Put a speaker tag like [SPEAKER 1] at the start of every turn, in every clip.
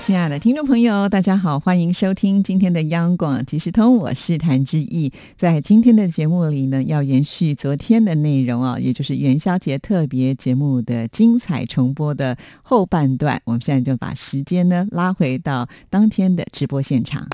[SPEAKER 1] 亲爱的听众朋友，大家好，欢迎收听今天的央广即时通，我是谭志毅。在今天的节目里呢，要延续昨天的内容啊，也就是元宵节特别节目的精彩重播的后半段。我们现在就把时间呢拉回到当天的直播现场。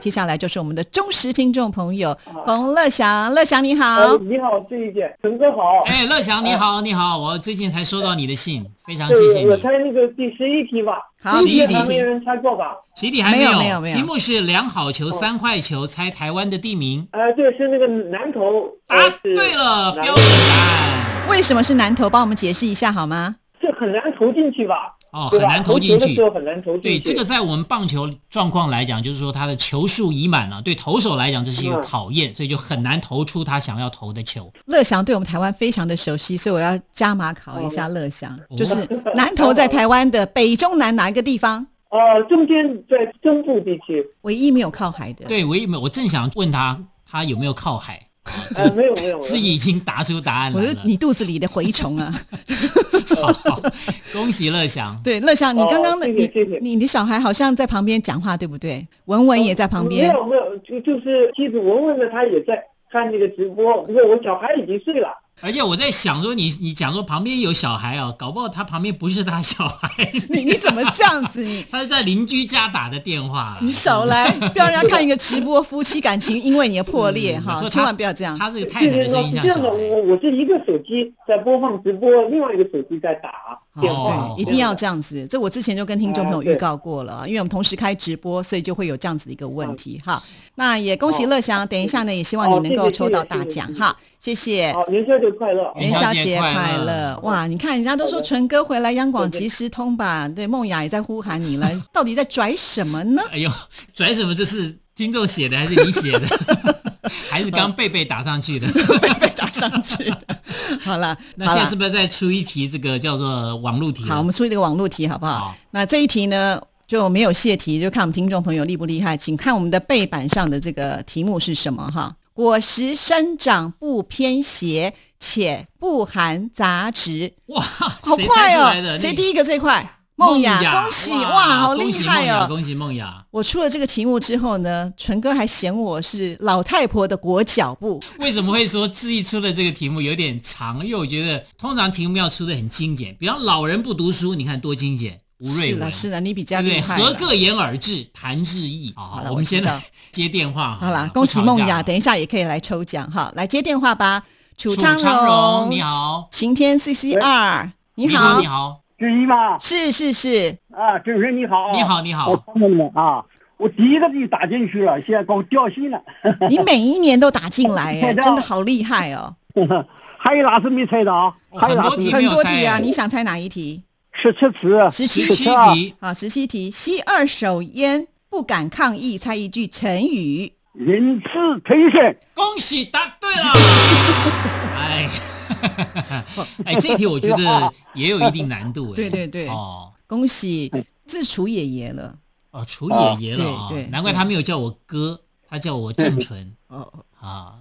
[SPEAKER 1] 接下来就是我们的忠实听众朋友冯乐祥，乐祥你好
[SPEAKER 2] 哦，，你好，志毅姐，陈哥好。
[SPEAKER 3] 哎，乐祥你好，你好，我最近才收到你的信，非常谢谢
[SPEAKER 2] 对，我
[SPEAKER 3] 你。
[SPEAKER 2] 猜那个第十一题吧，
[SPEAKER 1] 好
[SPEAKER 2] 第一
[SPEAKER 3] 11题
[SPEAKER 2] 题还没人猜过吧？
[SPEAKER 3] 谁题还
[SPEAKER 1] 没有
[SPEAKER 3] 有？
[SPEAKER 1] 没有没有
[SPEAKER 3] 题目是两好球、三坏球，猜台湾的地名。
[SPEAKER 2] 呃，这是那个南投。
[SPEAKER 3] 答
[SPEAKER 2] 呃是
[SPEAKER 3] 啊对了，
[SPEAKER 2] 南
[SPEAKER 3] 标准答案。
[SPEAKER 1] 为什么是南投？帮我们解释一下好吗？
[SPEAKER 2] 这很难投进去吧？
[SPEAKER 3] 哦，
[SPEAKER 2] 对
[SPEAKER 3] 很
[SPEAKER 2] 吧
[SPEAKER 3] 难投
[SPEAKER 2] 球
[SPEAKER 3] 进
[SPEAKER 2] 的
[SPEAKER 3] 去
[SPEAKER 2] 时。候很难投进
[SPEAKER 3] 对，
[SPEAKER 2] 去。
[SPEAKER 3] 这个在我们棒球状况来讲，就是说他的球数已满了，对投手来讲这是一个
[SPEAKER 2] 嗯
[SPEAKER 3] 考验，所以就很难投出他想要投的球。
[SPEAKER 1] 乐祥对我们台湾非常的熟悉，所以我要加码考一下乐祥，
[SPEAKER 3] 哦
[SPEAKER 1] 就是 南投在台湾的北中南哪一个地方？
[SPEAKER 2] 呃，中间在中部地区，
[SPEAKER 1] 唯一没有靠海的。，
[SPEAKER 3] 对，我也没有，我正想问他，他有没有靠海？
[SPEAKER 2] 呃，没有 没有。没有
[SPEAKER 3] 是已经答出答案
[SPEAKER 1] 我
[SPEAKER 3] 来
[SPEAKER 1] 说
[SPEAKER 3] 了。
[SPEAKER 1] 你肚子里的蛔虫 啊！
[SPEAKER 3] 好， 恭喜乐祥。
[SPEAKER 1] 对，乐祥，你刚刚的
[SPEAKER 2] 哦谢
[SPEAKER 1] 你
[SPEAKER 2] 谢谢谢
[SPEAKER 1] 你你的小孩好像在旁边讲话，对不对？文文也在旁边
[SPEAKER 2] 没。有没有，就就是妻子文文呢，她也在看那个直播，不过我小孩已经睡了。
[SPEAKER 3] 而且我在想说你，你讲说旁边有小孩啊，搞不好他旁边不是他小孩，
[SPEAKER 1] 你你怎么这样子？你
[SPEAKER 3] 他是在邻居家打的电话。
[SPEAKER 1] 你少 来，不要让他看一个直播，夫妻感情因为你的破裂
[SPEAKER 3] 嗯
[SPEAKER 1] 哈，
[SPEAKER 3] 他
[SPEAKER 1] 千万不要这样。
[SPEAKER 3] 他这个太
[SPEAKER 2] 就
[SPEAKER 3] 太
[SPEAKER 2] 是
[SPEAKER 3] 的
[SPEAKER 2] 说
[SPEAKER 3] 声音
[SPEAKER 2] 是
[SPEAKER 3] 像
[SPEAKER 2] 这
[SPEAKER 3] 小
[SPEAKER 2] 样的，
[SPEAKER 3] 孩。
[SPEAKER 2] 我我是一个手机在播放直播，另外一个手机在打电话
[SPEAKER 1] 哦，对，一定要这样子。这我之前就跟听众朋友
[SPEAKER 2] 啊对
[SPEAKER 1] 预告过了，因为我们同时开直播，所以就会有这样子一个问题哈。那也恭喜乐祥，等一下呢，也希望你能够抽到大奖哈，谢哦谢。
[SPEAKER 2] 好，元宵节快乐！
[SPEAKER 1] 元宵节快
[SPEAKER 3] 元宵节快
[SPEAKER 1] 乐
[SPEAKER 3] 乐！
[SPEAKER 1] 哇，你看人家都说纯哥回来央广即时通吧，对，梦雅也在呼喊你了，到底在拽什么呢？
[SPEAKER 3] 哎呦，拽什么？这是听众写的还是你写的？ 还是刚贝贝打上去的？
[SPEAKER 1] 被打上去。好了，
[SPEAKER 3] 那
[SPEAKER 1] 好
[SPEAKER 3] 现在
[SPEAKER 1] 了
[SPEAKER 3] 是。不是再出一题这个叫做网路题了？
[SPEAKER 1] 好，我们出一个网络题好不好？
[SPEAKER 3] 好
[SPEAKER 1] 那这一题呢就没有泄题，就看我们听众朋友厉不厉害，请看我们的背板上的这个题目是什么哈？果实生长不偏斜，且不含杂质，
[SPEAKER 3] 哇，
[SPEAKER 1] 好
[SPEAKER 3] 谁猜
[SPEAKER 1] 快
[SPEAKER 3] 出来的
[SPEAKER 1] 哦！
[SPEAKER 3] 那
[SPEAKER 1] 谁
[SPEAKER 3] 个
[SPEAKER 1] 第一个最快？梦雅，恭喜哇，好
[SPEAKER 3] 恭
[SPEAKER 1] 厉
[SPEAKER 3] 喜
[SPEAKER 1] 害
[SPEAKER 3] 梦雅
[SPEAKER 1] 哦！
[SPEAKER 3] 恭喜梦雅！
[SPEAKER 1] 我出了这个题目之后呢，纯哥还嫌我是老太婆的裹脚布，
[SPEAKER 3] 为什么会说志毅出的这个题目有点长？因为我觉得通常题目要出的很精简，比方老人不读书，你看多精简。吴瑞
[SPEAKER 1] 是
[SPEAKER 3] 文
[SPEAKER 1] 了是了，你比
[SPEAKER 3] 对
[SPEAKER 1] 较
[SPEAKER 3] 不对？
[SPEAKER 1] 厉害
[SPEAKER 3] 合
[SPEAKER 1] 了。
[SPEAKER 3] 个眼耳志，谭志毅。好
[SPEAKER 1] 好了
[SPEAKER 3] 我们
[SPEAKER 1] 我知
[SPEAKER 3] 先
[SPEAKER 1] 道
[SPEAKER 3] 来接电话。
[SPEAKER 1] 好啦
[SPEAKER 3] 不，
[SPEAKER 1] 恭喜
[SPEAKER 3] 吵
[SPEAKER 1] 梦
[SPEAKER 3] 架
[SPEAKER 1] 雅，
[SPEAKER 3] 了
[SPEAKER 1] 等一下也可以来抽奖哈，来接电话吧。楚
[SPEAKER 3] 楚
[SPEAKER 1] 昌
[SPEAKER 3] 荣，
[SPEAKER 1] 荣，
[SPEAKER 3] 你好，
[SPEAKER 1] 晴天 C C 二，你好，
[SPEAKER 3] 你好，
[SPEAKER 2] 志一吗？
[SPEAKER 1] 是是是，
[SPEAKER 2] 啊，主持人你好，
[SPEAKER 3] 你好，你
[SPEAKER 2] 我
[SPEAKER 3] 好。
[SPEAKER 2] 看见你们啊，我第一个就打进去了，现在给我掉线了，
[SPEAKER 1] 你每一年都打进来哎，
[SPEAKER 2] 我知道
[SPEAKER 1] 真的好厉害哦！
[SPEAKER 2] 还有哪次没猜到啊？
[SPEAKER 3] 哦
[SPEAKER 2] 还有哪次
[SPEAKER 3] 你
[SPEAKER 2] 没
[SPEAKER 3] 没
[SPEAKER 1] 很
[SPEAKER 3] 有
[SPEAKER 1] 多题啊，
[SPEAKER 3] 猜
[SPEAKER 1] 你想猜哪一题？
[SPEAKER 2] 十七次，
[SPEAKER 1] 十七
[SPEAKER 3] 七
[SPEAKER 1] 题，
[SPEAKER 2] 啊
[SPEAKER 3] 题，
[SPEAKER 1] 好，十七题。吸二手烟不敢抗议，猜一句成语。
[SPEAKER 2] 人次推升，
[SPEAKER 3] 恭喜答对 了。哎， 哎，这题我觉 得也有一定难度。哎
[SPEAKER 1] 对对对
[SPEAKER 3] 哦
[SPEAKER 1] 恭喜自楚爷爷了
[SPEAKER 3] 哦，楚爷爷了
[SPEAKER 1] 对对
[SPEAKER 3] 啊，难怪他没有叫我哥，他叫我郑纯
[SPEAKER 1] 哦，
[SPEAKER 3] 啊，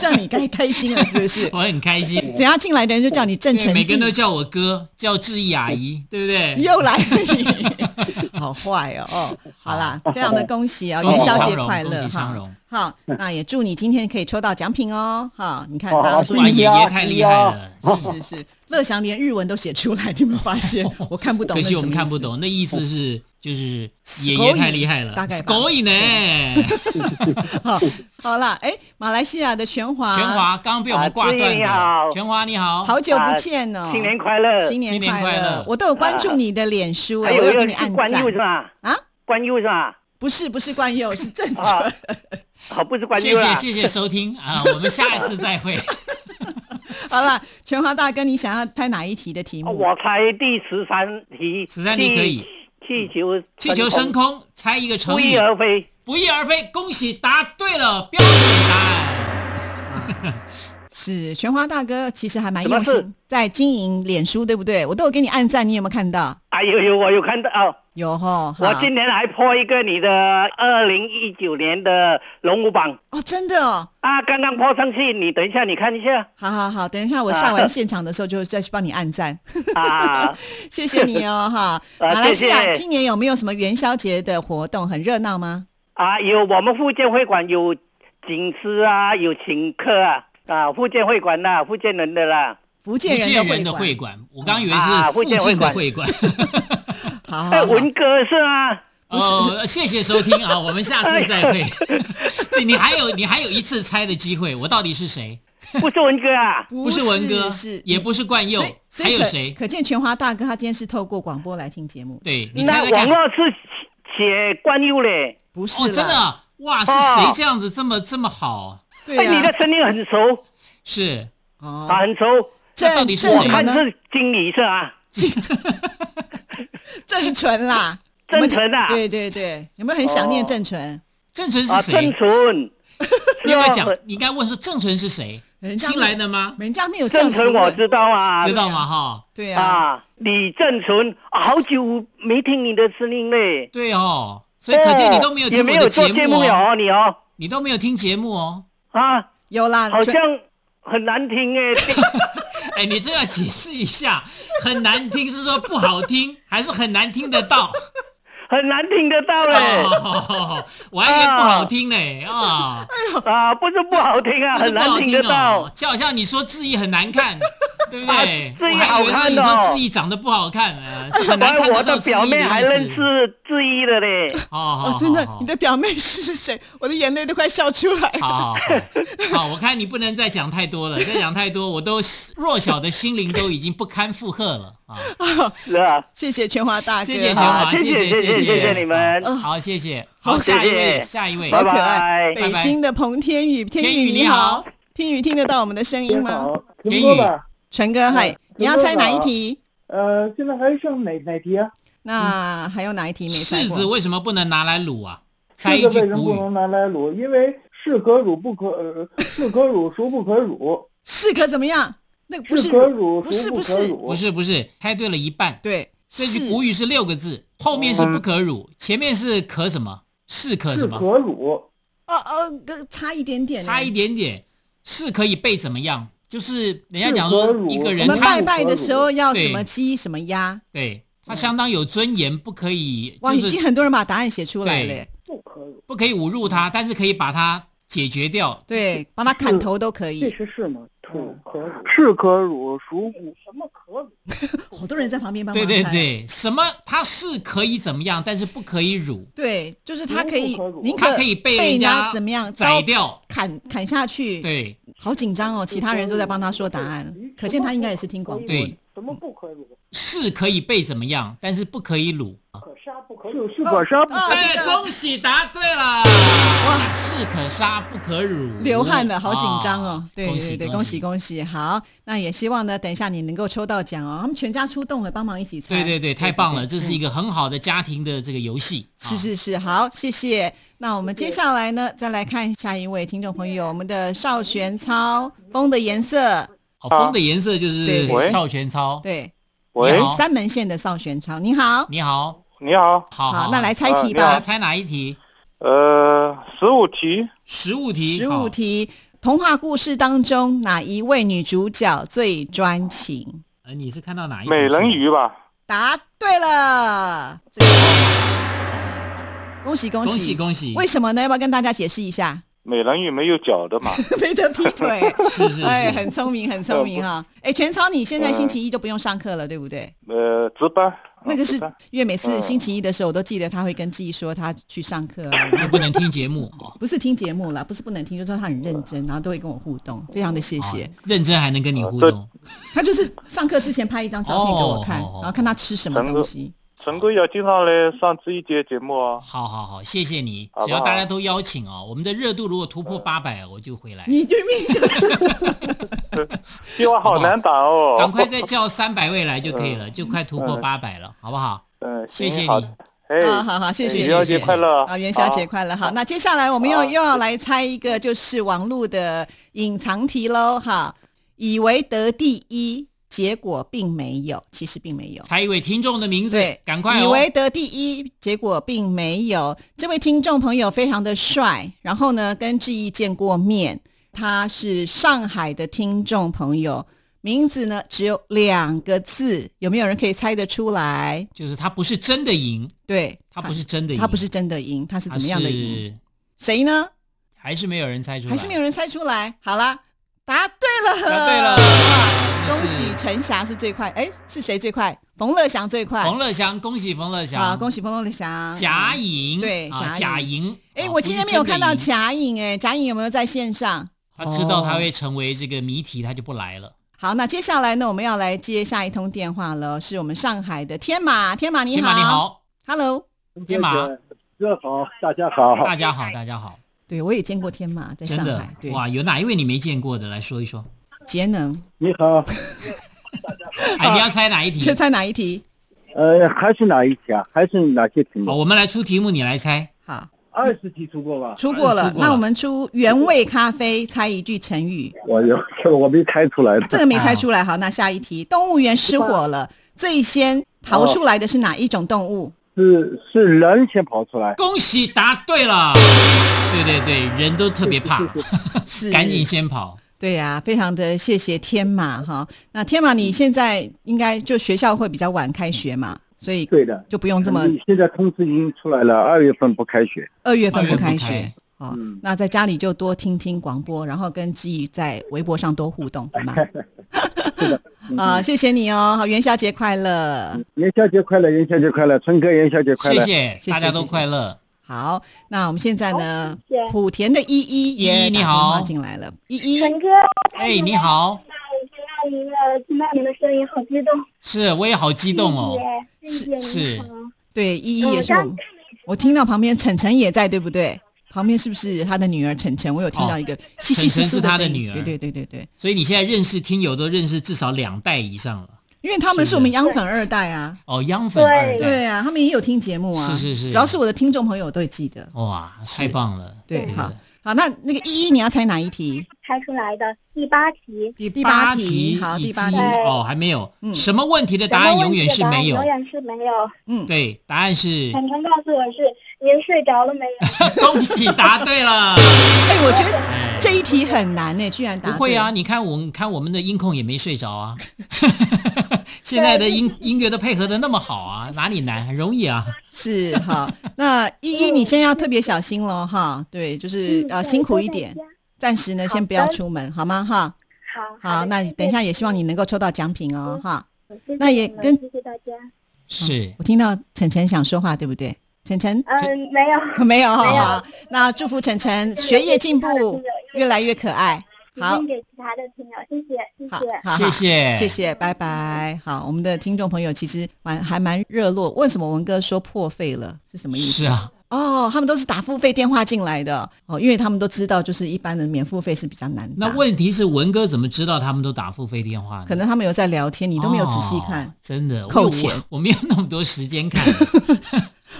[SPEAKER 1] 这样你该开心了是不是
[SPEAKER 3] ？我很开心。
[SPEAKER 1] 等下进来的人就叫你郑
[SPEAKER 3] 对，
[SPEAKER 1] 成
[SPEAKER 3] 每个人都
[SPEAKER 1] 帝，
[SPEAKER 3] 叫我哥，叫志毅阿姨，对不 对？
[SPEAKER 1] 又来了 你，好坏哦哦。好啦，非常的恭喜啊，
[SPEAKER 3] 恭
[SPEAKER 1] 元
[SPEAKER 3] 喜
[SPEAKER 1] 宵节
[SPEAKER 3] 昌荣
[SPEAKER 1] 快
[SPEAKER 3] 恭
[SPEAKER 1] 乐
[SPEAKER 3] 喜
[SPEAKER 1] 哈
[SPEAKER 3] 昌！荣
[SPEAKER 1] 好，那也祝你今天可以抽到奖品哦。哈，你看
[SPEAKER 2] 哦
[SPEAKER 1] 大家
[SPEAKER 2] 好
[SPEAKER 1] 说
[SPEAKER 3] 哇，
[SPEAKER 2] 谢谢
[SPEAKER 3] 爷
[SPEAKER 2] 啊
[SPEAKER 3] 爷太厉害了，是是
[SPEAKER 1] 是是，乐祥连日文都写出来，你有没有发 现？我看不懂，
[SPEAKER 3] 可惜我们看不。懂，那意思是就是爷爷
[SPEAKER 1] Scoring，
[SPEAKER 3] 太厉害了，
[SPEAKER 1] 大概吧
[SPEAKER 3] 狗以呢？
[SPEAKER 1] 好，好了，哎，马来西亚的全华，
[SPEAKER 3] 全，华刚刚被我们挂断
[SPEAKER 2] 啊志毅你好
[SPEAKER 3] 的，全华你好，
[SPEAKER 1] 好久不见哦，
[SPEAKER 2] 啊快乐
[SPEAKER 1] 新年
[SPEAKER 3] 新年
[SPEAKER 1] 快
[SPEAKER 3] 快
[SPEAKER 1] 乐
[SPEAKER 3] 乐！
[SPEAKER 1] 我都有关注你的脸书，哎，我
[SPEAKER 2] 啊一
[SPEAKER 1] 有
[SPEAKER 2] 个
[SPEAKER 1] 给你按赞
[SPEAKER 2] 吧？
[SPEAKER 1] 啊，
[SPEAKER 2] 关佑是吧？
[SPEAKER 1] 不是不是关佑，是正确。
[SPEAKER 2] 啊好，不是关
[SPEAKER 3] 谢谢谢谢收听啊，我们下一次再 会。
[SPEAKER 1] 好了，全华大哥，你想要猜哪一题的题目？
[SPEAKER 2] 啊我猜第十三题，
[SPEAKER 3] 13题可以
[SPEAKER 2] 气，气球
[SPEAKER 3] 气球升空，猜一个成语，
[SPEAKER 2] 飞。
[SPEAKER 3] 不翼而飞。恭喜答对了，标准答案。
[SPEAKER 1] 是玄华大哥，其实还蛮用
[SPEAKER 2] 什么事
[SPEAKER 1] 心在经营脸书，对不对？我都有给你按赞，你有没有看到？
[SPEAKER 2] 哎呦呦，我有看到哦，
[SPEAKER 1] 有哈，
[SPEAKER 2] 我
[SPEAKER 1] 哈
[SPEAKER 2] 今年还破一个你的二零一九年的龙虎榜
[SPEAKER 1] 哦，真的哦，
[SPEAKER 2] 啊，刚刚破上去，你等一下你看 一下
[SPEAKER 1] 好好好，等一下我下完现场的时候就再去帮你按赞，
[SPEAKER 2] 啊，
[SPEAKER 1] 谢谢你哦哈。
[SPEAKER 2] 啊
[SPEAKER 1] 马来西
[SPEAKER 2] 谢
[SPEAKER 1] 亚
[SPEAKER 2] 谢
[SPEAKER 1] 今年有没有什么元宵节的活动？很热闹吗？
[SPEAKER 2] 啊，有我们福建会馆有景师啊，有请客啊，啊，福建会馆呐、福建人的啦。
[SPEAKER 1] 福
[SPEAKER 3] 福
[SPEAKER 1] 建
[SPEAKER 3] 建
[SPEAKER 1] 人
[SPEAKER 3] 人
[SPEAKER 1] 的
[SPEAKER 3] 的
[SPEAKER 1] 会
[SPEAKER 3] 会
[SPEAKER 1] 馆，
[SPEAKER 3] 馆，我刚以为
[SPEAKER 2] 啊
[SPEAKER 3] 是附
[SPEAKER 2] 福建
[SPEAKER 3] 近的会
[SPEAKER 2] 会
[SPEAKER 3] 馆。
[SPEAKER 1] 好好
[SPEAKER 2] 哎，
[SPEAKER 1] 好，
[SPEAKER 2] 文哥是吗？
[SPEAKER 3] 哦，谢谢收听啊，我们下次再
[SPEAKER 2] 哎
[SPEAKER 3] 会。这你还有你还有一次猜的机会，我到底是谁？
[SPEAKER 2] 不是文哥啊
[SPEAKER 3] 不是文哥，
[SPEAKER 1] 是
[SPEAKER 3] 也不是冠佑
[SPEAKER 1] 所以，所
[SPEAKER 3] 还
[SPEAKER 1] 以
[SPEAKER 3] 有
[SPEAKER 1] 可
[SPEAKER 3] 谁？
[SPEAKER 1] 可见全华大哥他今天是透过广播来听节目，
[SPEAKER 3] 对 你猜
[SPEAKER 2] 那
[SPEAKER 3] 猜看。
[SPEAKER 2] 网络是写关佑嘞。
[SPEAKER 1] 不是
[SPEAKER 3] 哦，
[SPEAKER 1] 啦
[SPEAKER 3] 真的啊哇，是
[SPEAKER 2] 哦
[SPEAKER 3] 谁这样子这么这么好？
[SPEAKER 1] 对
[SPEAKER 2] 哎，你
[SPEAKER 1] 呀
[SPEAKER 2] 的，声音很熟
[SPEAKER 3] 是
[SPEAKER 2] 啊，
[SPEAKER 1] 哦，
[SPEAKER 2] 很熟。
[SPEAKER 3] 那到
[SPEAKER 1] 郑
[SPEAKER 3] 底是
[SPEAKER 1] 郑
[SPEAKER 3] 谁
[SPEAKER 1] 什
[SPEAKER 3] 啊
[SPEAKER 1] 么
[SPEAKER 2] 看
[SPEAKER 1] 呢？
[SPEAKER 2] 是经理是吧？
[SPEAKER 1] 郑纯啦，
[SPEAKER 2] 郑纯啊哦
[SPEAKER 1] 有没有对对对，有没有很想念郑纯？
[SPEAKER 3] 郑纯
[SPEAKER 2] 啊，
[SPEAKER 3] 是
[SPEAKER 2] 郑
[SPEAKER 3] 谁？
[SPEAKER 2] 纯，啊
[SPEAKER 3] 你有没有讲
[SPEAKER 2] 郑？
[SPEAKER 3] 你应该问说郑纯是谁？
[SPEAKER 1] 人家
[SPEAKER 3] 新来的吗？
[SPEAKER 1] 人家没有这样
[SPEAKER 2] 郑
[SPEAKER 1] 子
[SPEAKER 2] 纯我
[SPEAKER 1] 问
[SPEAKER 2] 知道啊，
[SPEAKER 3] 知道吗？哈，
[SPEAKER 1] 对啊，
[SPEAKER 2] 啊，李郑纯，啊好久没听你的声音嘞。
[SPEAKER 3] 对哦，所以可见你都没有
[SPEAKER 2] 哦也
[SPEAKER 3] 听
[SPEAKER 2] 没
[SPEAKER 3] 我的
[SPEAKER 2] 有做
[SPEAKER 3] 节目
[SPEAKER 2] 目
[SPEAKER 3] 哦，
[SPEAKER 2] 哦，你哦
[SPEAKER 3] 你都没有听节目哦。
[SPEAKER 2] 啊，
[SPEAKER 1] 有啦，
[SPEAKER 2] 好
[SPEAKER 1] 纯
[SPEAKER 2] 像很难听 哎。
[SPEAKER 3] 哎，你这要解释一下，很难听是说不好听， 还是很难听得到？
[SPEAKER 2] 很难听得到嘞
[SPEAKER 3] 哦，我还以为不好听呢啊，
[SPEAKER 2] 啊，不是不好听啊，
[SPEAKER 3] 不是不
[SPEAKER 2] 很难
[SPEAKER 3] 好
[SPEAKER 2] 听得
[SPEAKER 3] 听
[SPEAKER 2] 到
[SPEAKER 3] 哦，就好像你说志毅很难 看，对不对？
[SPEAKER 2] 啊志毅
[SPEAKER 3] 我还以为说
[SPEAKER 2] 好看
[SPEAKER 3] 你
[SPEAKER 2] 的哦
[SPEAKER 3] 说志毅长得不好看啊，是很难看
[SPEAKER 2] 哎
[SPEAKER 3] 得
[SPEAKER 2] 我
[SPEAKER 3] 到
[SPEAKER 2] 的
[SPEAKER 3] 志毅
[SPEAKER 2] 表妹
[SPEAKER 3] 的
[SPEAKER 2] 还
[SPEAKER 3] 意思
[SPEAKER 2] 认识志一的嘞。
[SPEAKER 3] 哦
[SPEAKER 1] 哦，，真的
[SPEAKER 3] 好，
[SPEAKER 1] 你的表妹是谁？ 我的眼泪都快笑出来。
[SPEAKER 3] 好好好，好，我看你不能再讲太多了，再讲太多，我都弱小的心灵都已经不堪负荷了 啊！
[SPEAKER 2] 是啊，
[SPEAKER 1] 谢谢全华大哥，
[SPEAKER 3] 谢谢
[SPEAKER 1] 好
[SPEAKER 3] 全华，
[SPEAKER 2] 啊谢
[SPEAKER 3] 谢
[SPEAKER 2] 谢谢
[SPEAKER 3] 谢
[SPEAKER 2] 谢谢谢你们
[SPEAKER 3] 好好，谢谢，
[SPEAKER 1] 好
[SPEAKER 3] 好，下一
[SPEAKER 2] 谢
[SPEAKER 3] 位，
[SPEAKER 2] 谢
[SPEAKER 3] 下一位，
[SPEAKER 1] 好
[SPEAKER 2] 拜
[SPEAKER 1] 可
[SPEAKER 2] 拜
[SPEAKER 1] 爱。
[SPEAKER 3] 拜
[SPEAKER 1] 北京的彭天宇，天
[SPEAKER 3] 天宇
[SPEAKER 1] 宇
[SPEAKER 3] 你
[SPEAKER 1] 你
[SPEAKER 3] 好
[SPEAKER 1] 好，天宇听得到我们的声音吗？，
[SPEAKER 3] 天宇
[SPEAKER 1] 纯哥，嗨，你要猜哪一题？
[SPEAKER 2] 呃，现在还剩哪哪题啊？
[SPEAKER 1] 那还有哪一题没猜
[SPEAKER 3] 柿
[SPEAKER 1] 过
[SPEAKER 3] 子？为什么不能拿来卤啊？猜
[SPEAKER 4] 这
[SPEAKER 3] 一
[SPEAKER 4] 个
[SPEAKER 3] 句
[SPEAKER 4] 为什么
[SPEAKER 3] 古
[SPEAKER 4] 不
[SPEAKER 3] 语，
[SPEAKER 4] 能拿来卤？因为是可乳不可，呃是可乳孰不可乳，
[SPEAKER 1] 是可怎么样？那个不是
[SPEAKER 4] 是可乳
[SPEAKER 1] 不是
[SPEAKER 4] 孰
[SPEAKER 1] 不
[SPEAKER 4] 可
[SPEAKER 1] 是
[SPEAKER 4] 乳
[SPEAKER 3] 不。是不是，猜对了一半。
[SPEAKER 1] 对，
[SPEAKER 3] 这句
[SPEAKER 1] 是
[SPEAKER 3] 古语是六个字，后面是不可辱，前面是可什么？是可
[SPEAKER 4] 嗯
[SPEAKER 3] 什
[SPEAKER 4] 是
[SPEAKER 3] 么？
[SPEAKER 4] 可乳，
[SPEAKER 1] 哦哦，跟差一点点，
[SPEAKER 3] 差一。点点，是可以被怎么样？就是人家
[SPEAKER 4] 是
[SPEAKER 3] 讲
[SPEAKER 4] 可
[SPEAKER 3] 说
[SPEAKER 4] 辱
[SPEAKER 3] 一个
[SPEAKER 1] 我
[SPEAKER 3] 人
[SPEAKER 1] 们
[SPEAKER 4] 人
[SPEAKER 3] 他
[SPEAKER 1] 拜
[SPEAKER 4] 看
[SPEAKER 1] 拜的时候要
[SPEAKER 3] 对
[SPEAKER 1] 什么鸡什么鸭？
[SPEAKER 3] 对
[SPEAKER 1] 嗯
[SPEAKER 3] 他相当有尊严，不可以
[SPEAKER 1] 哇，
[SPEAKER 3] 就
[SPEAKER 1] 已经
[SPEAKER 3] 是
[SPEAKER 1] 很多人把答案写出来
[SPEAKER 3] 对
[SPEAKER 1] 了，
[SPEAKER 4] 不可乳，
[SPEAKER 3] 不可以侮辱
[SPEAKER 1] 嗯
[SPEAKER 3] 他，但是可以把他解决掉。
[SPEAKER 1] 对，帮他砍头都可
[SPEAKER 4] 这
[SPEAKER 1] 以。
[SPEAKER 4] 是是吗？土可乳，
[SPEAKER 2] 是可乳，孰
[SPEAKER 4] 什么可乳？
[SPEAKER 1] 好多人在旁边帮
[SPEAKER 3] 对
[SPEAKER 1] 忙
[SPEAKER 3] 对
[SPEAKER 1] 猜
[SPEAKER 3] 对，什么他是可以怎么样，但是不可以辱，
[SPEAKER 1] 对，就是他可以
[SPEAKER 4] 无路可，
[SPEAKER 1] 宁
[SPEAKER 4] 辱
[SPEAKER 1] 可
[SPEAKER 3] 他可以被
[SPEAKER 1] 被
[SPEAKER 3] 人家
[SPEAKER 1] 怎么样
[SPEAKER 3] 宰
[SPEAKER 1] 刀
[SPEAKER 3] 掉。
[SPEAKER 1] 砍砍下去，，
[SPEAKER 3] 对
[SPEAKER 1] 好紧张哦，其他人都在帮他说答案，
[SPEAKER 4] 嗯
[SPEAKER 1] 可见他应该也是听广播的。
[SPEAKER 3] 对，
[SPEAKER 4] 什么不可乳？
[SPEAKER 3] 是可以被怎么样，但是不可以辱。
[SPEAKER 4] 可杀不可乳，
[SPEAKER 2] 是可杀不
[SPEAKER 1] 啊，
[SPEAKER 3] 哎，
[SPEAKER 1] 这个
[SPEAKER 3] 恭喜答对了！哇，士可杀不可辱，
[SPEAKER 1] 流汗了，好紧张哦！
[SPEAKER 3] 啊
[SPEAKER 1] 对
[SPEAKER 3] 恭
[SPEAKER 1] 对
[SPEAKER 3] 喜
[SPEAKER 1] 对，
[SPEAKER 3] 恭
[SPEAKER 1] 恭喜！恭喜！好，那也希望呢，等一下你能够抽到奖哦。他们全家出动了，帮忙一起猜。
[SPEAKER 3] 对对对，太棒了，
[SPEAKER 1] 对
[SPEAKER 3] 这是一个很好的家庭的这个游戏。啊
[SPEAKER 1] 是是是，好，谢谢。嗯那我们接下来呢，再来看下一位听众朋友，我们的邵玄操，风的颜色，
[SPEAKER 3] 哦，风的颜色就是
[SPEAKER 1] 对喂
[SPEAKER 3] 少全操。
[SPEAKER 1] 对，
[SPEAKER 3] 喂好
[SPEAKER 1] 三门县的邵玄操，你好，
[SPEAKER 3] 你好，
[SPEAKER 5] 你好，
[SPEAKER 3] 好
[SPEAKER 1] 那来猜题
[SPEAKER 3] 那
[SPEAKER 1] 吧，
[SPEAKER 3] 猜哪一题？
[SPEAKER 5] 呃，十五题，
[SPEAKER 3] 十五题，
[SPEAKER 1] 十
[SPEAKER 3] 好
[SPEAKER 1] 五题，童话故事当中哪一位女主角最专情？
[SPEAKER 3] 呃，你是看到哪
[SPEAKER 1] 哎
[SPEAKER 3] 一？
[SPEAKER 5] 美人。鱼吧？
[SPEAKER 1] 答对了，这个恭喜恭
[SPEAKER 3] 恭
[SPEAKER 1] 喜
[SPEAKER 3] 喜恭喜！
[SPEAKER 1] 为什么呢？要不要跟大家解释一下？
[SPEAKER 5] 美人鱼没有脚 的嘛？
[SPEAKER 1] 没得劈腿，
[SPEAKER 3] 是是是，
[SPEAKER 1] 哎，很聪明，很聪明哈。哎，全超，你现在星期一就不用上课了，对不对？
[SPEAKER 5] 呃，值班。
[SPEAKER 1] 那个
[SPEAKER 6] 哦
[SPEAKER 5] 值
[SPEAKER 1] 是
[SPEAKER 5] 班
[SPEAKER 1] 因为每次
[SPEAKER 5] 嗯
[SPEAKER 1] 星期一的时候，我都记得他会跟记忆说他去上课啊，
[SPEAKER 3] 就不能听节目哦。
[SPEAKER 1] 不是听节目啦，不是不能听，就说他很认真，然后都会跟我互动，非常的 谢谢
[SPEAKER 3] 哦。认真还能跟你互
[SPEAKER 5] 呃对
[SPEAKER 3] 动，
[SPEAKER 1] 他就是上课之前拍一张照片给我看，
[SPEAKER 3] 哦哦哦
[SPEAKER 1] 然后看他吃什么东西。
[SPEAKER 5] 陈贵要经常来上这一节节目啊。
[SPEAKER 1] 哦
[SPEAKER 3] 好好好，谢谢你
[SPEAKER 5] 好。不好
[SPEAKER 3] 只要大家都邀请哦，我们的热度如果突破八百，我就回来。
[SPEAKER 1] 你对面就是
[SPEAKER 5] 电话好难打哦。
[SPEAKER 3] 赶快再叫三百位来就可以了，就快突破八百了，好不好？
[SPEAKER 5] 嗯，
[SPEAKER 3] 谢
[SPEAKER 5] 行
[SPEAKER 3] 谢
[SPEAKER 5] 好
[SPEAKER 3] 你
[SPEAKER 5] 的，哎，
[SPEAKER 1] 啊，好好，谢谢，
[SPEAKER 5] 元
[SPEAKER 1] 谢
[SPEAKER 5] 宵
[SPEAKER 1] 谢啊
[SPEAKER 5] 节快乐！
[SPEAKER 1] 好，元宵节快乐！好，那接下来我们又
[SPEAKER 5] 好
[SPEAKER 1] 又要来猜一个，就是网络的隐藏题喽，哈，以为得第一，结果并没有，其实并没有。
[SPEAKER 3] 猜一位听众的名字
[SPEAKER 1] 对，
[SPEAKER 3] 赶快、哦。
[SPEAKER 1] 以为得第一，结果并没有。这位听众朋友非常的帅，然后呢，跟志毅见过面，他是上海的听众朋友，名字呢只有两个字，有没有人可以猜得出来？
[SPEAKER 3] 就是他不是真的赢，
[SPEAKER 1] 对，
[SPEAKER 3] 他不是真的赢，
[SPEAKER 1] 他不是真的赢，他是
[SPEAKER 3] 他
[SPEAKER 1] 怎么样的赢？
[SPEAKER 3] 是
[SPEAKER 1] 谁呢？
[SPEAKER 3] 还是没有人猜出来，
[SPEAKER 1] 还是没有人猜出来。好啦，答对了，
[SPEAKER 3] 答对了
[SPEAKER 1] 哇
[SPEAKER 3] 那
[SPEAKER 1] 恭
[SPEAKER 3] 是
[SPEAKER 1] 喜陈霞是最快，哎，是谁最快？冯乐祥最快。
[SPEAKER 3] 冯乐祥，恭喜冯乐祥，
[SPEAKER 1] 啊，恭喜冯乐祥。
[SPEAKER 3] 贾颖，
[SPEAKER 1] 对
[SPEAKER 3] 啊，
[SPEAKER 1] 贾
[SPEAKER 3] 贾
[SPEAKER 1] 颖
[SPEAKER 3] 颖，
[SPEAKER 1] 哎，
[SPEAKER 3] 啊
[SPEAKER 1] 我今天没有看到，
[SPEAKER 3] 不是真的赢
[SPEAKER 1] 贾颖，哎，贾颖有没有在线上？
[SPEAKER 3] 他知道他会成为这个谜题，他就不来了。
[SPEAKER 1] 好，那接下来呢，我们要来接下一通电话了，是我们上海的天马，天马你好，
[SPEAKER 3] 天马你好，
[SPEAKER 1] ，Hello，
[SPEAKER 3] 天马，
[SPEAKER 4] 哥好，大家好，
[SPEAKER 1] 啊
[SPEAKER 3] 大家好，大家好，
[SPEAKER 1] 对我也见过天马在
[SPEAKER 3] 真
[SPEAKER 1] 上
[SPEAKER 3] 的
[SPEAKER 1] 海，对，
[SPEAKER 3] 哇，有哪一位你没见过的来说一 说？
[SPEAKER 1] 节能，
[SPEAKER 4] 你好，
[SPEAKER 3] 哎，你要猜哪一题
[SPEAKER 1] 这？猜哪一题？
[SPEAKER 4] 呃，还是哪一题啊？还是哪些题
[SPEAKER 3] 好，
[SPEAKER 4] 目？
[SPEAKER 3] 我们来出题目，你来猜。
[SPEAKER 1] 好，
[SPEAKER 4] 二十题出过
[SPEAKER 6] 哎
[SPEAKER 4] 吧？
[SPEAKER 1] 出过了，
[SPEAKER 3] 出过了
[SPEAKER 1] 那我们出原味咖啡，猜一句成语，
[SPEAKER 6] 哎
[SPEAKER 4] 我有，这个我没猜出来的。
[SPEAKER 1] 这个没猜出来，好，那下一题，动物园失火了，最先逃出来的是哪一种动物？
[SPEAKER 4] 是是人先跑出来，
[SPEAKER 3] 恭喜答对了，对对对，人都特别 怕，
[SPEAKER 1] 是，
[SPEAKER 3] 赶紧先跑。
[SPEAKER 1] 对呀、非常的谢谢天马哈。那天马，你现在应该就学校会比较晚开学嘛，所以
[SPEAKER 4] 对的。
[SPEAKER 1] 就不用这么
[SPEAKER 4] 你现在通知已经出来了，二月份不开学。
[SPEAKER 1] 二月份不
[SPEAKER 3] 二
[SPEAKER 1] 开
[SPEAKER 3] 月不
[SPEAKER 1] 学
[SPEAKER 3] 开。
[SPEAKER 1] 好
[SPEAKER 4] 嗯，
[SPEAKER 1] 那在家里就多听听广播，然后跟志毅在微博上多互动，好吗？ 啊，谢谢你哦，好，元宵节快乐！
[SPEAKER 4] 元宵节快乐，元宵节快乐，春哥元宵节快
[SPEAKER 3] 谢
[SPEAKER 4] 乐。
[SPEAKER 3] 谢，
[SPEAKER 1] 谢
[SPEAKER 3] 大家
[SPEAKER 1] 谢
[SPEAKER 3] 都
[SPEAKER 1] 谢
[SPEAKER 3] 快乐。
[SPEAKER 1] 好，那我们现在呢
[SPEAKER 7] 谢谢，
[SPEAKER 1] 莆田的依依也
[SPEAKER 3] 依依你
[SPEAKER 1] 打电
[SPEAKER 3] 好
[SPEAKER 1] 话进来了，依依，
[SPEAKER 7] 陈哥，
[SPEAKER 3] 哎，你好，
[SPEAKER 7] 听到您的听到您的声音，好激动，
[SPEAKER 3] 是我也好激动哦。
[SPEAKER 7] 谢谢，
[SPEAKER 3] 是
[SPEAKER 7] 谢谢
[SPEAKER 3] 是
[SPEAKER 7] 您嗯好
[SPEAKER 1] 对，依依也是我们
[SPEAKER 7] 嗯，
[SPEAKER 1] 我听到旁边晨晨也在，对不对？旁边是不是他的女儿晨晨？我有听到一个稀稀
[SPEAKER 3] 啊晨
[SPEAKER 1] 疏
[SPEAKER 3] 晨
[SPEAKER 1] 疏
[SPEAKER 3] 是他
[SPEAKER 1] 声
[SPEAKER 3] 的
[SPEAKER 1] 音
[SPEAKER 3] 女儿
[SPEAKER 1] 对对对对对，
[SPEAKER 3] 所以你现在认识听友都认识至少两代以上了。
[SPEAKER 1] 因为他们
[SPEAKER 3] 是
[SPEAKER 1] 是我们央粉二代啊，
[SPEAKER 3] 哦，央粉
[SPEAKER 7] 对
[SPEAKER 3] 二代，
[SPEAKER 1] 对啊，他们也有听节目啊，
[SPEAKER 3] 是是是
[SPEAKER 1] 只要是我的听众朋友，我都会记得。
[SPEAKER 3] 哇，太棒了。
[SPEAKER 1] 对，
[SPEAKER 3] 真的
[SPEAKER 1] 好，好，那那个依依，你要猜哪一题？
[SPEAKER 7] 猜出来的第八题，
[SPEAKER 3] 第
[SPEAKER 1] 第八题
[SPEAKER 3] 题，
[SPEAKER 1] 好
[SPEAKER 3] 已
[SPEAKER 1] 第八
[SPEAKER 3] 经
[SPEAKER 7] 题
[SPEAKER 3] 哦，还没有
[SPEAKER 1] 嗯。
[SPEAKER 3] 什么问题的
[SPEAKER 7] 什
[SPEAKER 3] 答
[SPEAKER 7] 么
[SPEAKER 3] 案
[SPEAKER 7] 问
[SPEAKER 3] 永远
[SPEAKER 7] 题
[SPEAKER 3] 是
[SPEAKER 7] 的答
[SPEAKER 3] 没有
[SPEAKER 7] 永。远是没有。
[SPEAKER 1] 嗯，
[SPEAKER 3] 对，答案是
[SPEAKER 7] 晨晨告诉我是您睡着了没有？
[SPEAKER 3] 恭喜答对 了。
[SPEAKER 1] 哎，我觉得
[SPEAKER 3] 哎
[SPEAKER 1] 这一题很难哎呢，居然答
[SPEAKER 3] 不
[SPEAKER 1] 对
[SPEAKER 3] 会啊，，你看我们看我们的音控也没睡着 啊。现在的音音乐都配合的那么好啊，哪里难？很容易啊。
[SPEAKER 1] 嗯是哈。那依依，你现在要特别小心喽哈，对， 就是
[SPEAKER 7] 嗯
[SPEAKER 1] 呃
[SPEAKER 7] 对
[SPEAKER 1] 辛苦
[SPEAKER 7] 都
[SPEAKER 1] 一
[SPEAKER 7] 在
[SPEAKER 1] 点
[SPEAKER 7] 家，
[SPEAKER 1] 暂时呢先不
[SPEAKER 7] 好
[SPEAKER 1] 要
[SPEAKER 7] 的
[SPEAKER 1] 出门，好吗哈？
[SPEAKER 7] 好
[SPEAKER 1] 好，
[SPEAKER 7] 的
[SPEAKER 1] 那
[SPEAKER 7] 谢嗯谢
[SPEAKER 1] 等一下也希望你能够抽到奖品哦，哈。
[SPEAKER 7] 谢谢
[SPEAKER 1] 那也
[SPEAKER 7] 你们
[SPEAKER 1] 跟
[SPEAKER 7] 谢谢大家。
[SPEAKER 3] 是，
[SPEAKER 1] 我听到晨晨想说话，对不对？晨晨，
[SPEAKER 7] 嗯，没有，
[SPEAKER 1] 没有哈，好，那祝福晨晨学业进步，越来越可爱。好
[SPEAKER 7] 请，给其他的听友，谢谢，谢
[SPEAKER 1] 好
[SPEAKER 7] 谢。
[SPEAKER 1] 好
[SPEAKER 3] 谢谢，
[SPEAKER 1] 啊谢。谢，拜拜。好，我们的听众朋友其实蛮还蛮热络。为什么文哥说破费了是什么意思？
[SPEAKER 3] 是啊，
[SPEAKER 1] 哦，他们都是打付费电话进来的哦，因为他们都知道，就是一般的免付费是比较难打。
[SPEAKER 3] 那问题是文哥怎么知道他们都打付费电话呢？
[SPEAKER 1] 可能他们有在聊天，你都没有仔细看。
[SPEAKER 3] 哦真的
[SPEAKER 1] 扣
[SPEAKER 3] 我
[SPEAKER 1] 钱
[SPEAKER 3] 我，我没有那么多时间 看。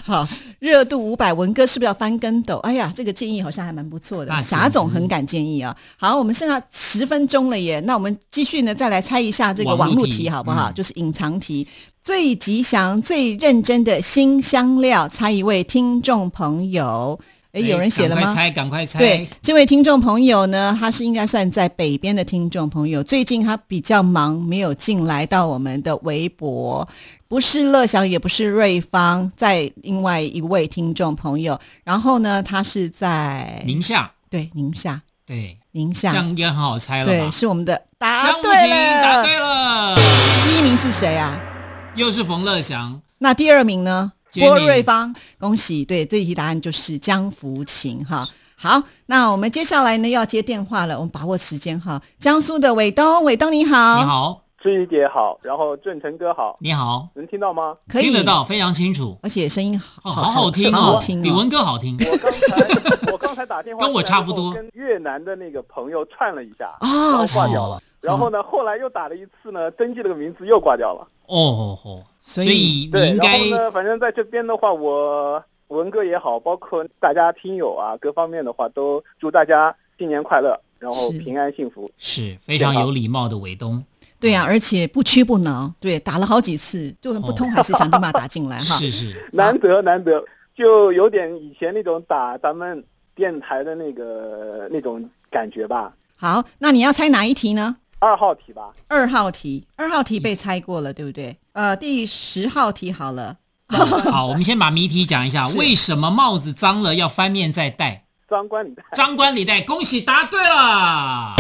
[SPEAKER 1] 好，热度五百，文哥是不是要翻跟斗？哎呀，这个建议好像还蛮不错
[SPEAKER 3] 那简
[SPEAKER 1] 的，
[SPEAKER 3] 直
[SPEAKER 1] 霞总很敢建议啊。好，我们剩下十分钟了耶，那我们继续呢，再来猜一下这个
[SPEAKER 3] 网
[SPEAKER 1] 网
[SPEAKER 3] 络
[SPEAKER 1] 络
[SPEAKER 3] 题
[SPEAKER 1] 题好不好？
[SPEAKER 3] 嗯
[SPEAKER 1] 就是隐藏题，最吉祥、最认真的新香料，猜一位听众朋友。哎，有人写了
[SPEAKER 3] 赶
[SPEAKER 1] 吗
[SPEAKER 3] 快？猜，赶快猜。
[SPEAKER 1] 对，，这位听众朋友呢，他是应该算在北边的听众朋友，最近他比较忙，没有进来到我们的微博。不是乐祥，也不是瑞芳，在另外一位听众朋友。然后呢，他是在
[SPEAKER 3] 宁夏，
[SPEAKER 1] 对宁夏，
[SPEAKER 3] 对，
[SPEAKER 1] 宁
[SPEAKER 3] 这
[SPEAKER 1] 夏
[SPEAKER 3] 样应该很好猜了吧
[SPEAKER 1] 对，？是我们的答
[SPEAKER 3] 张木
[SPEAKER 1] 对
[SPEAKER 3] 琴答
[SPEAKER 1] 了。
[SPEAKER 3] 对了，
[SPEAKER 1] 第一名是谁啊？
[SPEAKER 3] 又是冯乐祥，
[SPEAKER 1] 那第二名呢？
[SPEAKER 3] Jenny
[SPEAKER 1] 郭瑞芳，恭喜！对，这一题答案就是江福琴哈。好，那我们接下来呢要接电话了，我们把握时间哈。江苏的伟东，伟东你好，
[SPEAKER 3] 你，好，
[SPEAKER 6] 志毅姐好，然后郑成哥好，
[SPEAKER 3] 你好，
[SPEAKER 6] 能听到 吗？
[SPEAKER 1] 可以
[SPEAKER 3] 听得，到，非常清楚。
[SPEAKER 1] 而且声音
[SPEAKER 3] 哦，
[SPEAKER 1] 好，
[SPEAKER 3] 好好听哦
[SPEAKER 1] 好好，听
[SPEAKER 3] 比文
[SPEAKER 1] 哦。
[SPEAKER 3] 哥好听。
[SPEAKER 6] 我刚才我刚才打电话
[SPEAKER 3] 跟我差不多啊
[SPEAKER 6] 跟越南的那个朋友串了一下，然
[SPEAKER 1] 哦，
[SPEAKER 6] 后
[SPEAKER 1] 是
[SPEAKER 6] 挂掉了。然后呢，后来又打了一次呢，登记了个名字又挂掉了。
[SPEAKER 3] 哦哦哦，
[SPEAKER 8] 所
[SPEAKER 3] 所
[SPEAKER 8] 以
[SPEAKER 3] 以你
[SPEAKER 6] 对，
[SPEAKER 3] 应
[SPEAKER 6] 然
[SPEAKER 3] 该
[SPEAKER 6] 后呢，反正在这边的话，我文哥也好，包括大家听友啊，各方面的话，都祝大家新年快乐，然后
[SPEAKER 1] 是
[SPEAKER 6] 平安幸福。
[SPEAKER 3] 是非常有礼貌的伟东，
[SPEAKER 1] 对呀、而且不屈不挠，对，打了好几次， 就是不通还是想办法打进来哈。
[SPEAKER 3] 是是，
[SPEAKER 6] 难得难得，就有点以前那种打咱们电台的那个那种感觉吧。
[SPEAKER 1] 好，那你要猜哪一题呢？
[SPEAKER 6] 二号题吧，
[SPEAKER 1] 二号题，二号题被猜过了，对不对？呃，第十号题好了，
[SPEAKER 3] 好，我们先把谜题讲一下，
[SPEAKER 1] 是
[SPEAKER 3] 为什么帽子脏了要翻面再戴？
[SPEAKER 6] 张冠李戴。
[SPEAKER 3] 张冠李戴，恭喜答对了。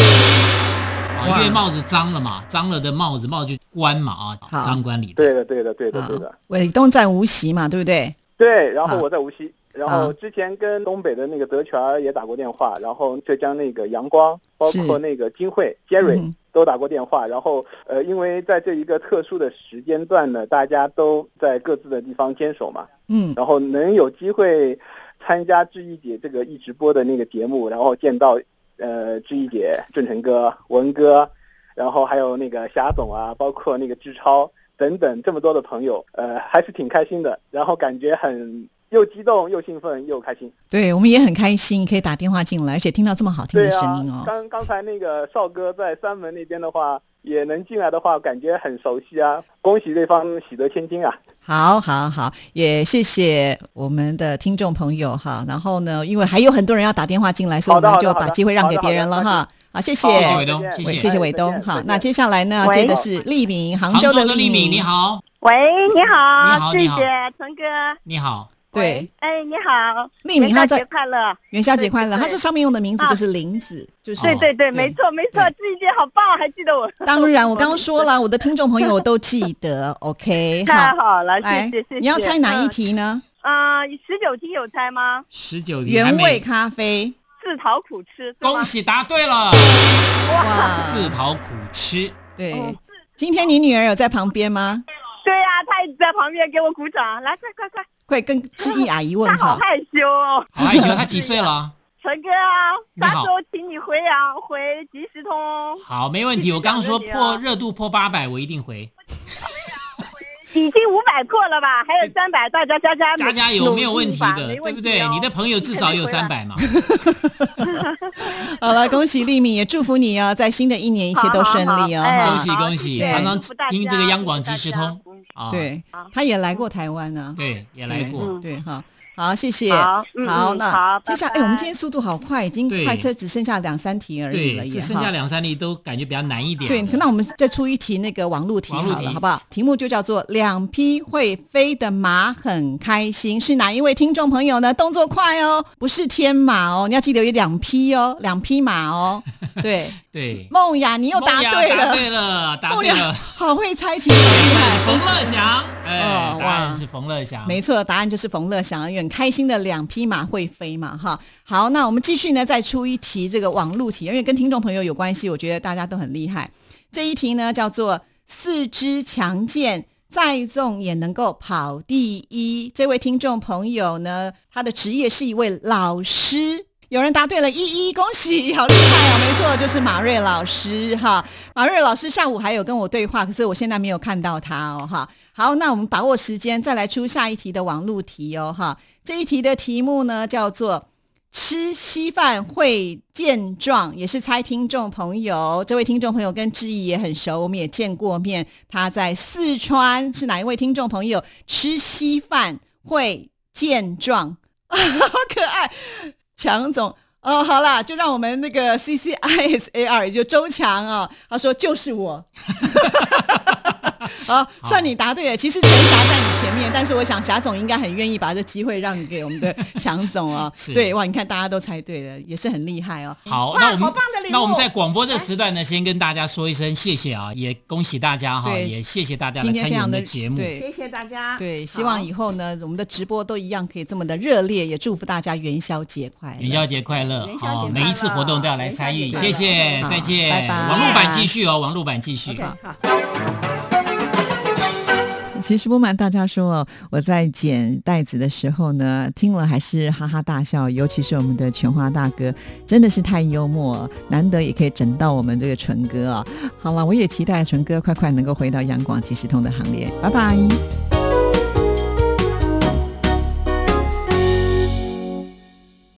[SPEAKER 3] 啊，因为帽子脏了嘛，脏了的帽子帽就冠嘛啊，
[SPEAKER 1] 好
[SPEAKER 3] 张冠李戴。
[SPEAKER 6] 对的，对的，对的，
[SPEAKER 1] 好
[SPEAKER 6] 对的，
[SPEAKER 1] 伟啊东在无锡嘛，对不对？
[SPEAKER 6] 对。然
[SPEAKER 1] 啊
[SPEAKER 6] 后我在无锡，然
[SPEAKER 1] 啊
[SPEAKER 6] 后之前跟东北的那个德全儿也打过电话，然后浙江那个阳光，包
[SPEAKER 1] 是
[SPEAKER 6] 括那个金汇 Jerry
[SPEAKER 1] 嗯
[SPEAKER 6] 都打过电话。然后呃，因为在这一个特殊的时间段呢，大家都在各自的地方坚守嘛，
[SPEAKER 1] 嗯，
[SPEAKER 6] 然后能有机会参加志毅姐这个一直播的那个节目，然后见到呃志毅姐、郑成哥、文哥，然后还有那个霞总啊，包括那个志超等等这么多的朋友，呃，还是挺开心的，然后感觉很又激动又兴奋又开心。
[SPEAKER 1] 对，我们也很开心，可以打电话进来，而且听到这么好听
[SPEAKER 6] 对
[SPEAKER 1] 的
[SPEAKER 6] 啊
[SPEAKER 1] 声音，哦。
[SPEAKER 6] 刚刚才那个少哥在三门那边的话。也能进来的话，感觉很熟悉啊！恭喜对方喜得千金啊！
[SPEAKER 1] 好，好，好，也谢谢我们的听众朋友哈。然后呢，因为还有很多人要打电话进来，所以我
[SPEAKER 6] 好的
[SPEAKER 1] 们就
[SPEAKER 6] 好
[SPEAKER 1] 把
[SPEAKER 6] 的好的
[SPEAKER 1] 机会让给别人了
[SPEAKER 6] 好的好
[SPEAKER 1] 哈。好，谢谢，
[SPEAKER 6] 好
[SPEAKER 3] 谢伟东
[SPEAKER 6] 再见
[SPEAKER 3] 谢谢
[SPEAKER 1] 喂谢谢伟
[SPEAKER 6] 再
[SPEAKER 1] 东。
[SPEAKER 6] 见
[SPEAKER 1] 好，
[SPEAKER 6] 再
[SPEAKER 1] 那
[SPEAKER 6] 见
[SPEAKER 1] 接下来呢，
[SPEAKER 2] 喂
[SPEAKER 1] 接的是丽敏，杭
[SPEAKER 3] 杭州
[SPEAKER 1] 州的
[SPEAKER 3] 的丽
[SPEAKER 1] 敏，
[SPEAKER 3] 敏，你。好，
[SPEAKER 2] 喂，你
[SPEAKER 3] 你好
[SPEAKER 2] 好，
[SPEAKER 3] 你
[SPEAKER 2] 谢
[SPEAKER 3] 好
[SPEAKER 2] 谢陈哥。
[SPEAKER 3] 你好，
[SPEAKER 1] 对，
[SPEAKER 2] 哎，你好，
[SPEAKER 1] 丽敏
[SPEAKER 2] 元
[SPEAKER 1] 她
[SPEAKER 2] 宵
[SPEAKER 1] 在
[SPEAKER 2] 节快乐。
[SPEAKER 1] 元宵节快乐，
[SPEAKER 2] 对对
[SPEAKER 1] 她
[SPEAKER 2] 对
[SPEAKER 1] 这上面用的名字
[SPEAKER 2] 啊
[SPEAKER 1] 就是林子，就是
[SPEAKER 3] 对
[SPEAKER 2] 对对
[SPEAKER 1] 对
[SPEAKER 2] 对，没错没错，这一节好棒，还记得我，
[SPEAKER 1] 当然，我刚刚说了，我的听众朋友都记得，OK，
[SPEAKER 2] 太
[SPEAKER 1] 好，
[SPEAKER 2] 好了，谢
[SPEAKER 1] 来
[SPEAKER 2] 谢谢，谢。
[SPEAKER 1] 你要猜哪一？题呢？
[SPEAKER 2] 啊，十九题有猜吗？
[SPEAKER 3] 十九嗯题还
[SPEAKER 1] 原味
[SPEAKER 3] 没，
[SPEAKER 1] 咖啡，
[SPEAKER 2] 自讨苦吃，是吗
[SPEAKER 3] 恭喜答对了，自
[SPEAKER 1] 哇，
[SPEAKER 3] 讨苦吃。
[SPEAKER 1] 对，今天你女儿有在旁边吗？
[SPEAKER 2] 对呀、他一直在旁边给我鼓掌，来，快快快！
[SPEAKER 1] 快跟志毅阿姨问
[SPEAKER 2] 他好
[SPEAKER 1] 好，
[SPEAKER 2] 害羞哦，
[SPEAKER 3] 好害羞，他几岁了？
[SPEAKER 2] 陈哥啊，
[SPEAKER 3] 你
[SPEAKER 2] 啥
[SPEAKER 3] 好
[SPEAKER 2] 时候请你回阳回即时通哦？
[SPEAKER 3] 好，没问题。我刚刚说
[SPEAKER 2] 啊
[SPEAKER 3] 破热度破八百，我一定回。
[SPEAKER 2] 已经五百过了吧？还有三百，大家加加
[SPEAKER 3] 佳佳有没有问题
[SPEAKER 2] 努
[SPEAKER 3] 的
[SPEAKER 2] 力吧没，
[SPEAKER 3] 对
[SPEAKER 2] 问
[SPEAKER 3] 不
[SPEAKER 2] 题
[SPEAKER 3] 对
[SPEAKER 2] 哦？
[SPEAKER 3] 你的朋友至少有
[SPEAKER 2] 你肯定
[SPEAKER 3] 三
[SPEAKER 2] 回
[SPEAKER 3] 百
[SPEAKER 2] 来
[SPEAKER 3] 嘛。
[SPEAKER 1] 好了，恭喜丽敏，也祝福你哦，在新的一年一切都顺利哦，
[SPEAKER 2] 好好好
[SPEAKER 3] 啊恭
[SPEAKER 1] 哈
[SPEAKER 3] 喜
[SPEAKER 2] 哎
[SPEAKER 3] 恭喜
[SPEAKER 2] 好谢谢
[SPEAKER 1] 常
[SPEAKER 3] 常
[SPEAKER 2] 祝福大家
[SPEAKER 3] 听这个央广即时通
[SPEAKER 2] 祝福大家
[SPEAKER 3] 啊，
[SPEAKER 1] 对
[SPEAKER 2] 好，
[SPEAKER 1] 她也来过台湾呢，
[SPEAKER 3] 对，也来过。
[SPEAKER 2] 嗯
[SPEAKER 1] 对哈，好，谢谢。
[SPEAKER 2] 好嗯嗯
[SPEAKER 1] 那
[SPEAKER 2] 好
[SPEAKER 1] 接下来，
[SPEAKER 2] 拜拜
[SPEAKER 1] 哎，我们今天速度好快，已经
[SPEAKER 3] 对
[SPEAKER 1] 快车只剩下两三题而已了，
[SPEAKER 3] 对，
[SPEAKER 1] 也
[SPEAKER 3] 这
[SPEAKER 1] 哈。
[SPEAKER 3] 剩下两三例都感觉比较难一点。
[SPEAKER 1] 对，那我们再出一题那个网络题好
[SPEAKER 3] 网络题
[SPEAKER 1] 了，好不好？题目就叫做“两匹会飞的马很开心”，是哪一位听众朋友呢？动作快哦，不是天马哦，你要记得有两匹哦，两匹马哦。对，
[SPEAKER 3] 对，
[SPEAKER 1] 梦雅，你又答
[SPEAKER 3] 梦雅
[SPEAKER 1] 对
[SPEAKER 3] 答
[SPEAKER 1] 了，
[SPEAKER 3] 对了，答
[SPEAKER 1] 梦
[SPEAKER 3] 对
[SPEAKER 1] 雅
[SPEAKER 3] 了。
[SPEAKER 1] 好会猜题，好厉害，
[SPEAKER 3] 冯
[SPEAKER 1] 真是
[SPEAKER 3] 乐祥，哎
[SPEAKER 1] 哦，
[SPEAKER 3] 答案
[SPEAKER 1] 哇
[SPEAKER 3] 是冯乐祥。
[SPEAKER 1] 没错，答案就是冯乐祥，因为很开心的两匹马会飞嘛，哈。好，那我们继续呢，再出一题这个网路题，因为跟听众朋友有关系，我觉得大家都很厉害。这一题呢叫做四肢强健。再重也能够跑第一。这位听众朋友呢，他的职业是一位老师。有人答对了，一一恭喜，好厉害哦！没错，就是马瑞老师哈。马瑞老师上午还有跟我对话，可是我现在没有看到他哦哈。好，那我们把握时间，再来出下一题的网路题哦哈。这一题的题目呢叫做“吃稀饭会健壮”，也是猜听众朋友。这位听众朋友跟志毅也很熟，我们也见过面。他在四川，是哪一位听众朋友？吃稀饭会健壮，好可爱，强总。哦，好啦，就让我们那个 C C I S A R，也就周强哦，他说就是我， 好，算你答对了。其实陈霞在你前面，但是我想霞总应该很愿意把这机会让给我们的强总哦
[SPEAKER 3] 是。
[SPEAKER 1] 对，哇，你看大家都猜对了，也是很厉害哦。
[SPEAKER 3] 好，
[SPEAKER 1] 哇
[SPEAKER 3] 那我们
[SPEAKER 1] 好棒的礼物
[SPEAKER 3] 那我们在广播这时段呢，先跟大家说一声谢谢啊，也恭喜大家哈，
[SPEAKER 1] 对
[SPEAKER 3] 也谢谢大家来
[SPEAKER 1] 今天
[SPEAKER 3] 参与
[SPEAKER 1] 非
[SPEAKER 3] 我
[SPEAKER 1] 常
[SPEAKER 3] 们
[SPEAKER 1] 的
[SPEAKER 3] 的节目。
[SPEAKER 1] 对
[SPEAKER 2] 谢大家
[SPEAKER 1] 对，希望
[SPEAKER 2] 好
[SPEAKER 1] 以后呢，我们的直播都一样可以这么的热烈，也祝福大家元宵节快乐。
[SPEAKER 3] 元宵节快乐！
[SPEAKER 2] 元宵节
[SPEAKER 3] 哦
[SPEAKER 2] 快乐
[SPEAKER 3] 每一次活动都要来参与，
[SPEAKER 2] 元宵
[SPEAKER 3] 谢
[SPEAKER 2] 节快乐
[SPEAKER 3] 谢，
[SPEAKER 1] 好
[SPEAKER 3] 再见，
[SPEAKER 1] 拜拜
[SPEAKER 3] 网络版继续哦，网络版继续。
[SPEAKER 1] OK， 其实不瞒大家说哦，我在剪袋子的时候呢，听了还是哈哈大笑，尤其是我们的全花大哥，真的是太幽默了，难得也可以整到我们这个纯哥啊、好了，我也期待纯哥快快能够回到阳光即时通的行列，拜拜。